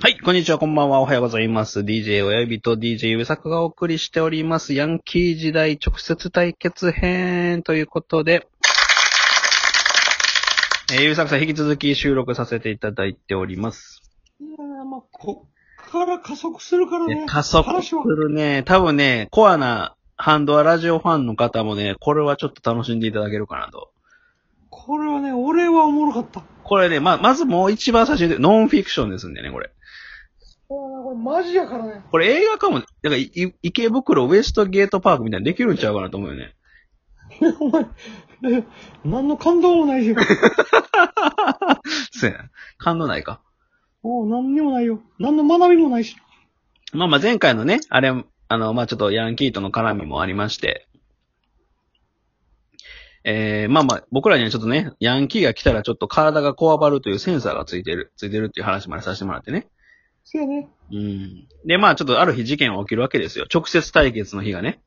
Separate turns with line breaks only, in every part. はい、こんにちは、こんばんは、おはようございます。DJ 親指と DJ 上作がお送りしております。ヤンキー時代直接対決編ということで、えー、上作さん引き続き収録させていただいております。
いやー、まあ、こっから加速するから
ね
ね。
加速す
話は
るね、多分ね、コアなハンドアラジオファンの方もね、これはちょっと楽しんでいただけるかなと。
これはね、俺はおもろかった。
これね、ま、まずもう一番最初に、ノンフィクションですんでね、これ。
そうだな、これマジやからね。
これ映画かも、なんかいい池袋ウエストゲートパークみたいなのできるんちゃうかなと思うよね。
お前、え何の感動もない よ。
そうやな。感動ないか。
もう何にもないよ。何の学びもないし。
まあまあ前回のね、あれ、あの、まあちょっとヤンキーとの絡みもありまして。えー、まあまあ僕らにはちょっとね、ヤンキーが来たらちょっと体がこわばるというセンサーがついてる、ついてるっていう話までさせてもらってね。
そうやね。
うん。で、まあちょっとある日事件が起きるわけですよ。直接対決の日がね。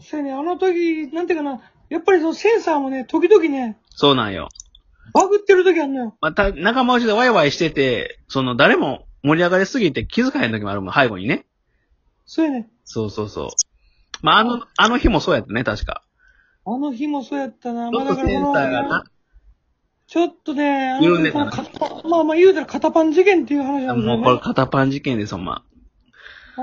そうやね、あの時、なんていうかな、やっぱりそのセンサーもね、時々ね、
そうなんよ。
バグってる時あんのよ。
また仲間内でワイワイしてて、その誰も盛り上がりすぎて気づかへん時もあるもん、背後にね。
そうやね。
そうそうそう。まああの、あの日もそうやったね、確か。
あの日もそうやったな。
ちょっとセンサーがな、
ちょっとね、あ
緩んで
の、
た
こ
な
の肩まあまあ言うたら肩パン事件っていう話なんですよ
もう
ね。
これ肩パン事件です、ほんま。
ああ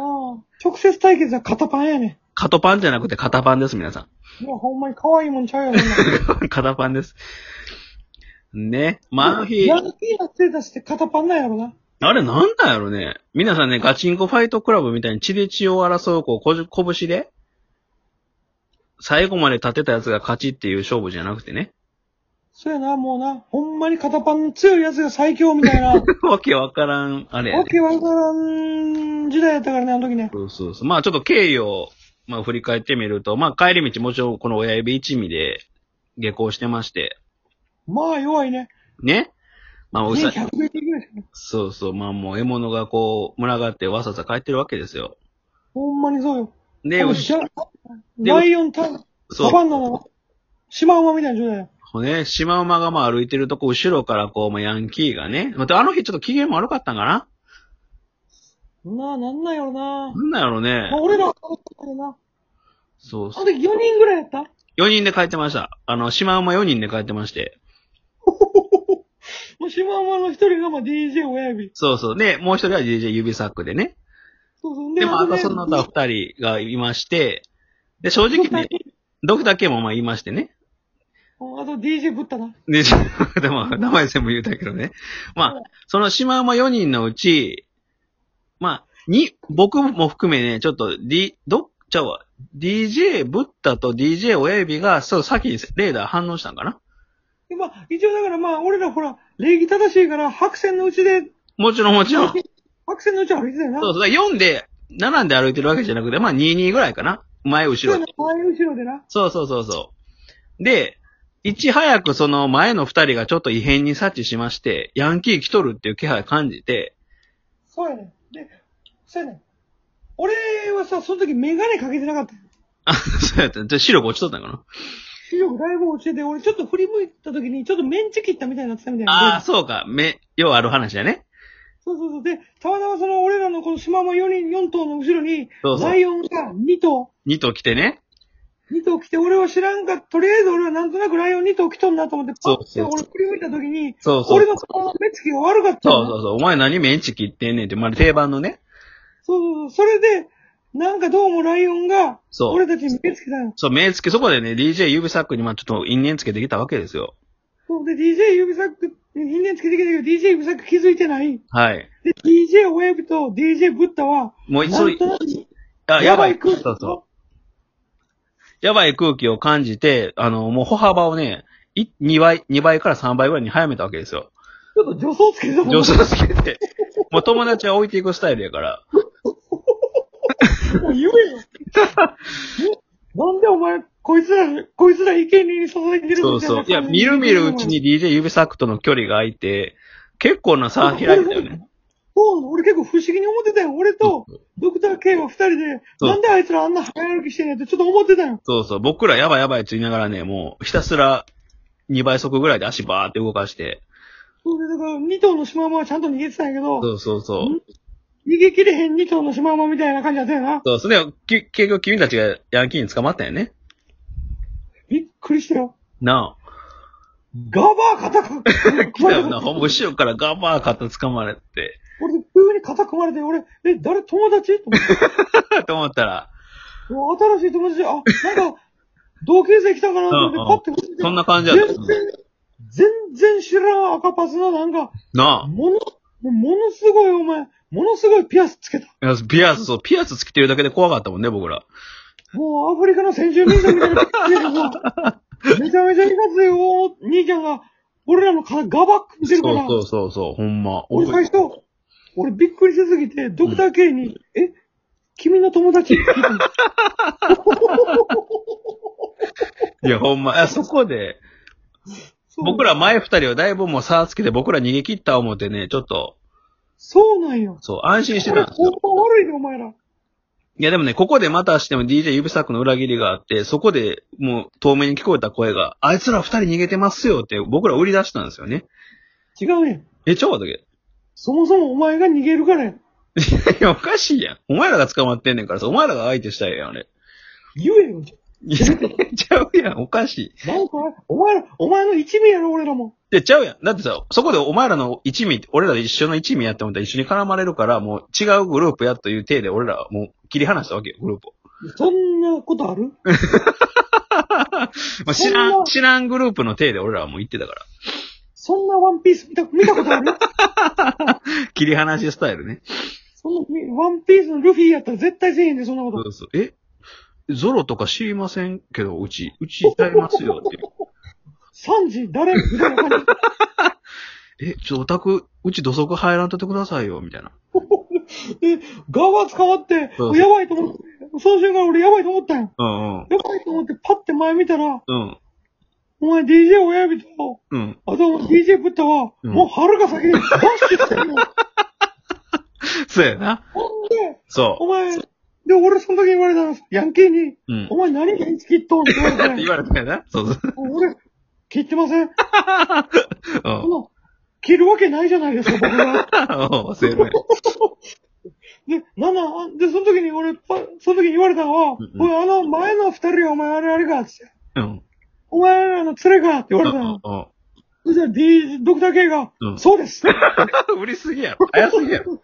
直接対決は肩パンやね。
肩パンじゃなくて肩パンです、皆さ
いや、ほんまに可愛いもんちゃうよ、ほ んま。
ん。肩パンです。ね。まあ、あの日
ヤ、ンキーの手出して肩パンなんやろな。
あれなんなんやろね。皆さんね、ガチンコファイトクラブみたいに血で血を争う、こうこじ、拳で、最後まで立てたやつが勝ちっていう勝負じゃなくてね。
そうやな、もうな。ほんまに肩パンの強いやつが最強みた いな。
わけわからん、あれや
わ
ね。
けわからん時代やったからね、あの時ね。
そうそうそう。まあちょっと経緯を、まあ振り返ってみると、まあ帰り道もちろんこの親指一味で下校してまして、
まあ弱いね。
ね。まあ、うさ
100円ぐらいしかない
そうそう、まあもう獲物がこう、群がってわさわさ帰ってるわけですよ。
ほんまにそうよ。
で、
多分
う
じ
し
ゃ
で
ライオン、タ
そ
サバンナの、シマウマみたいな状態や。
う、ね、シマウマがまあ歩いてるとこ、後ろからこう、まあ、ヤンキーがね、またあの日ちょっと機嫌も悪かったんかな
なあ、なんなんやろな。
なんなんやろね
まあ、。俺らはそうだったよな。
そう
あ
そう。
の時4人ぐらいやった
4人で帰ってました。あの、シマウマ4人で帰ってまして。
もうシマウマの一人がまあ DJ 親指。
そうそう。で、もう一人は DJ 指サックでね。
そうそう。
で、ま
と
たその他2人がいまして、で、正直ね、ドクター K もまあ言いましてね。
うんあと DJ ぶったな。
で、ちょでも、名前全部言うたけどね。まあ、そのシマウマ4人のうち、まあ、に、僕も含めね、ちょっと、D、ど、ちゃうわ、DJ ブッダと DJ 親指が、そう、先にレーダー反応したんかな
でまあ、一応だからまあ、俺らほら、礼儀正しいから、白線のうちで、
もちろんもちろん。そう
白線のうち歩いてたよな。
そう、だ4で、並んで歩いてるわけじゃなくて、まあ、22ぐらいかな前、後ろ
前。後ろでな。
そうそうそうそう。で、いち早くその前の2人がちょっと異変に察知しまして、ヤンキー来とるっていう気配感じて、
そうやねん。で、そうやねん。俺はさ、その時メガネかけてなかったよ。
あ、そうやった。じゃあ視力落ちとったんかな
視力だいぶ落ちてて、俺ちょっと振り向いた時に、ちょっとメンチ切ったみたいになってたみたい
ああ、
な。
そうか。め、ようある話だね。
そうそうそう。で、たまたまその俺らのこのシマウマ4人、4頭の後ろに
そう、そう
ライオンが2頭、
2頭来てね。
2頭来て、俺は知らんか、とりあえず俺はなんとなくライオン2頭来とんなと思って、パッて
そうそう
俺振り向いた時に、
そうそう。
俺の顔の目つきが悪かったよ
そう
な。
そうそう。お前何メンチ切ってんねんって、まあ、定番のね。
そうそうそう。それで、なんかどうもライオンが、
そう
俺たちに目つけたよ。
そう、目つけ、そこでね、DJ 指サックにまあちょっと因縁つけてきたわけですよ。
そうで、DJ 指サック、因縁つけてきたけど、DJ 指サック気づいてない。
はい。
で、DJ 親指と DJ ブッダは、
もう一
なんと
度、
なく、
あ
やばい空気
そうそう。やばい空気を感じて、あの、もう歩幅をね、い2倍、2倍から3倍ぐらいに早めたわけですよ。
ちょっと助走つけてたもん。
上手つけて。もう友達は置いていくスタイルやから。
もう言えよ。なんでお前、こいつら、こいつら意見に支えてるみたいな
そうそう。いや、みるみるうち。に DJ 指サックとの距離が空いて、結構な差開いたよね。
そう、俺結構不思議に思ってたよ。俺と、ドクター K は二人で、
そう
なんであいつらあんな早歩きしてんやってちょっと思ってたよ。
そうそう。僕らやばいやばいって言いながらね、もうひたすら2倍速ぐらいで足バーって動かして、
そうで、だから2頭のシマウマはちゃんと逃げてたんやけど、
そうそうそう。
逃げ切れへん2頭のシマウマみたいな感じだったよな。
そう、それを、き結局君たちがヤンキーに捕まったんやね。
びっくりしたよ。
な
ガバー肩か、
あ。 来たよ な。ほんま後ろからガバー肩掴まれて。
俺、急に肩組まれて、俺、え、誰友達と思って
と思ったら、
うわ新しい友達で、あ、なんか、同級生来たかなと思って、
う
パ
んうん
ッて見て
そんな感じやった。
全然、全然知らん赤パスのなんか、
な
もの、もうものすごいお前、ものすごいピアスつけた。
あ。いやピアス、そう、ピアスつけてるだけで怖かったもんね、僕ら。
もうアフリカの先住民族み たいなピアスつけてさ、めちゃめちゃいかついお兄ちゃんが、俺らのかガバック見て
そう
るから、
そうそうそう、ほんま。
俺最初、俺びっくりしすぎて、ドクター K に、え、君の 友達って聞いたの
いや、ほんま。あそこで、
そう
僕ら前二人はだいぶもう差つけて、僕ら逃げ切った思ってね、ちょっと、
そうなんよ。
そう、安心して
俺、
たんです
ほん
よ。
ま悪いね、お前ら。
いや、でもね、ここでまたしても DJ 指作の裏切りがあって、そこでもう遠目に聞こえた声が、あいつら二人逃げてますよって僕ら売り出したんですよね。
違うねん。
え、ちょうどけ。
そもそもお前が逃げるからやん。
いや、おかしいやん。お前らが捕まってんねんからさ、お前らが相手したいやん、あれ。
言えよ。
いや、 ちゃうやん、おかしい。
なんか、お前ら、お前の一味やろ、俺らも。
で、ちゃうやん。だってさ、そこでお前らの一味、俺らで一緒の一味やって思ったら一緒に絡まれるから、もう違うグループやという体で俺らはもう切り離したわけよ、グループを。
そんなことある
まあ、知らん、知らんグループの体で俺らはもう行ってたから。
そんなワンピース見た、見たことある
切り離しスタイルね。
そんな、ワンピースのルフィやったら絶対せえへんで、そんなこ
そ
と。
うそう。えゾロとか知りませんけど、うち、うちいたいます よっていう。
サンジ、誰みたいな感 じ。
え、ちょ、オタク、うち土足入らんとってくださいよ、みたいな。
で、側捕まって、
そうそう
やばいと思って、その瞬間俺やばいと思ったんよ。
うんうん。
やばいと思って、パッて前見たら、
うん。
お前 DJ 親指と、
うん。
あと DJ ブッダは、
うん
もう遥か 先にバッシュしてるよ。
そうやな。
ほんで、
そ
お前、で、俺その時言われたの、ヤンキーに、
う。うん
お。前何ベンチ切っとんって言われて、
言われたよな。そうそう。
俺、切ってません。
う
そ
ん
ん。な切るわけないじゃないですか、僕が。
うんそうやね。
で、なんなんあで、その時に俺、パその時に言われたのは、
うんうん
おい、あの前の二人よ、お前あれあれか、つって。
うん。
お前らの連れかって言われたの。
う
そしたら D、ドクター K が、
うん
そうです。
ん。売りすぎやろ。早すぎやろ。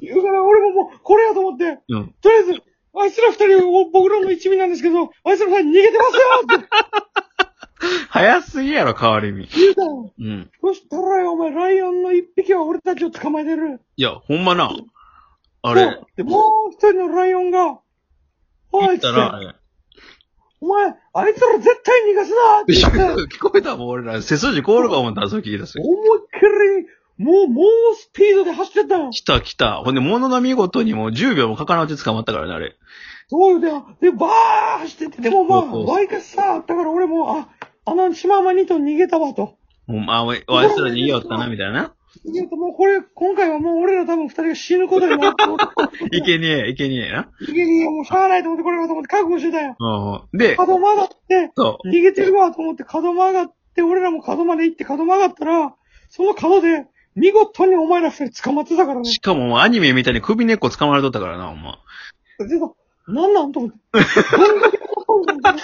言うから俺ももう、これやと思って、
うん。
とりあえず、あいつら二人、お僕らの一味なんですけど、あいつら二人逃げてますよって
早すぎやろ、代わりに。
言うたの。
うん。
そしたらよ、お前、ライオンの一匹は俺たちを捕まえてる。
いや、ほんまな。あ
そ
れ
う。で、もう一人のライオンが、お
言
い
っ
つ
た
って
ら、あれ
お前、あいつら絶対逃がすなって
いや
言って、
聞こえたもん、俺ら。背筋凍るか思ったら、そう聞いたっすよ
思いっきり、もう、猛スピードで走ってったよ。
来た来た。ほんで、物の見事にもう10秒もかからんうち捕まったからね、あれ。
そうよ、で、で、バー走ってって、でもま
そうそう
あ、
そう
バイクさ、あったから俺も、あ、あの、シマウマ2頭逃げたわと。
もう、あ、おい、おあいつら逃げよったな、みたいな。
逃げたもうこれ、今回はもう俺ら多分二人が死ぬことになって、
いけねえ、いけねえな。
逃げにもうしゃあないと思って、これはと思って覚悟してたよ。
うん。で、
角曲がって、
そ
逃げてるわと思って角曲がって、俺らも角まで行って角曲がったら、その角で、見事にお前ら二人捕まってたから
う。
ね。
しかも、アニメみたいに首根っこ捕まれとったからな、ほんま。
でさ、なんなんと思って。どんだけ捕まるんだ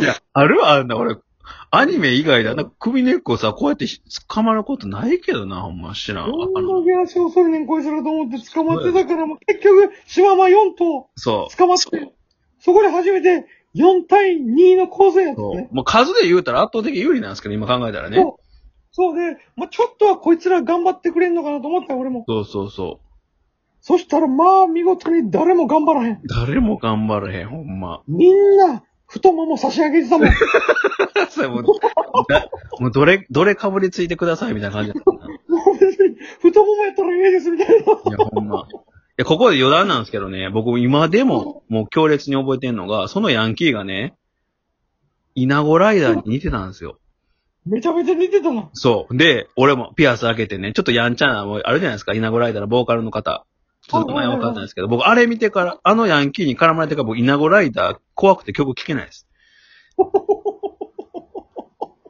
いや、あるわ、あんな、俺。アニメ以外であんな首根っこさ、こうやってひ捕まることないけどな、ほんま。知らん。あかん
どんだけ足をそれねんこいすると思って捕まってたから、もう結局、シマウマ4頭
そ
捕まって、そこで初めて4対2の構成やっ
う。
た
そう
ね。
もう数で言うたら圧倒的有利なんですけど、今考えたらね。
そうそうで、まあ、ちょっとはこいつら頑張ってくれんのかなと思ったよ、俺も。
そうそうそ
そしたら、まあ、見事に誰も頑張らへん。
う。誰も頑張れへん、ほん ま。
みんな、太もも差し上げてた もん。
そうもう、だもうどれ、どれかぶりついてください、みたいな感じだったな。
もう別に、太ももやったらいいです、みたいな。
いや、ほんま。いや、ここで余談なんですけどね、僕今でも、もう強烈に覚えてんのが、そのヤンキーがね、イナゴライダーに似てたんですよ。
めちゃめちゃ似てたな。
そう。で、俺もピアス開けてね、ちょっとやんちゃな、もうあるじゃないですか、イナゴライダーのボーカルの方。ちょっと前分かんないですけど、僕あれ見てから、あのヤンキーに絡まれて から僕イナゴライダー怖くて曲聴けないです。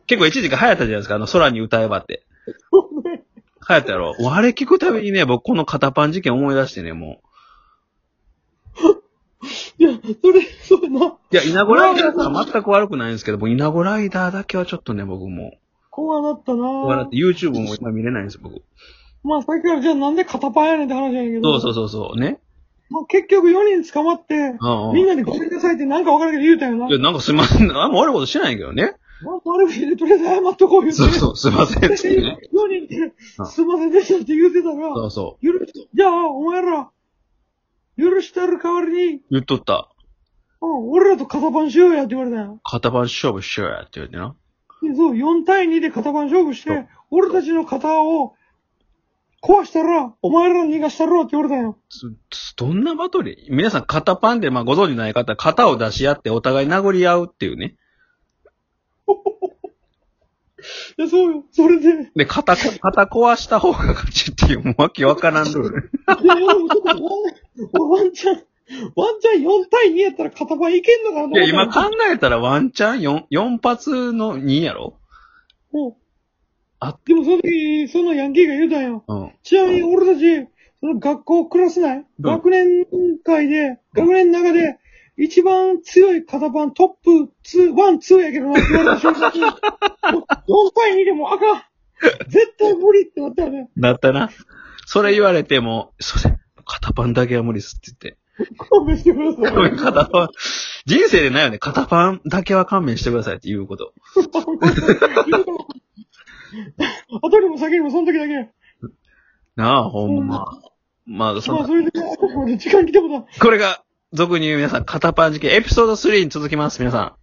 結構一時期流行ったじゃないですか、あの、空に歌えばって。流行ったやろ。もうあれ聞くたびにね、僕この肩パン事件思い出してね、も
いや、それ、そうな、
う。いや、稲子ライダーは全く悪くないんですけど、もう稲子ライダーだけはちょっとね、僕も
怖なったな
う。笑って、YouTube も今見れないんですよ、僕。
まあ、さっきからじゃあなんで片パンやねんって話やねんけ
そ
ど。
うそうそうそう、ね。
まあ、結局4人捕まって、
うんうん。
みん
い
なにごめんなさいってなんかわからんけど言うたよな。
や、なんかすいません。あんま悪いことしてないけどね。
まあ、悪口でとりあえず謝っとこう言うて。
そうそう、すいません。
で
っつって ね。
4人って、すいませんでしたって言うてたら、
そうそ
許し、じゃあ、お前ら、許してやる代わりに、
う。言っとった。
うん、俺らと片番しようやって言われたんや。
肩パン勝負しようやって言われてな。
でそう、4対2で片番勝負し
そ
て、俺たちの肩を壊したら、お前ら逃がしたろって言われたんや。
つつどんなバトル皆さん肩パンで、まあご存知ない方、肩を出し合ってお互い殴り合うっていうね。
いや、そうよ。それで、で
で、肩こ、肩壊した方が勝ちっていう、もうわけわからんルー ル。
俺もちょっとワン、ワンチャン、ワンチャン4対2やったら片番いけんのかなと思
い
っ
や、
た
今考えたらワンチャン4、4発の2やろ
うん
あ
でもその時、そのヤンキーが言うたんよ。
うん。
ちなみに俺たち、その学校クラス内、
ん
学年会で、学年の中で、一番強い型番トップ2、1、2やけどなって言われた瞬間に、もう4対2でもあかん絶対無理ってなったよね。
だったな。それ言われても、それ、肩パンだけは無理っすって
勘弁してくだ
言
さ
っ
い
て。。肩パン、人生でないよね。肩パンだけは勘弁してくださいっていうこと。
後にも先にもその時だけ。
なあ、ほんま。まあ、そん
まあ
な
そ。れで、後にも時間来てもだ。
これが、俗に言う皆さん、肩パン事件、エピソード3に続きます、皆さん。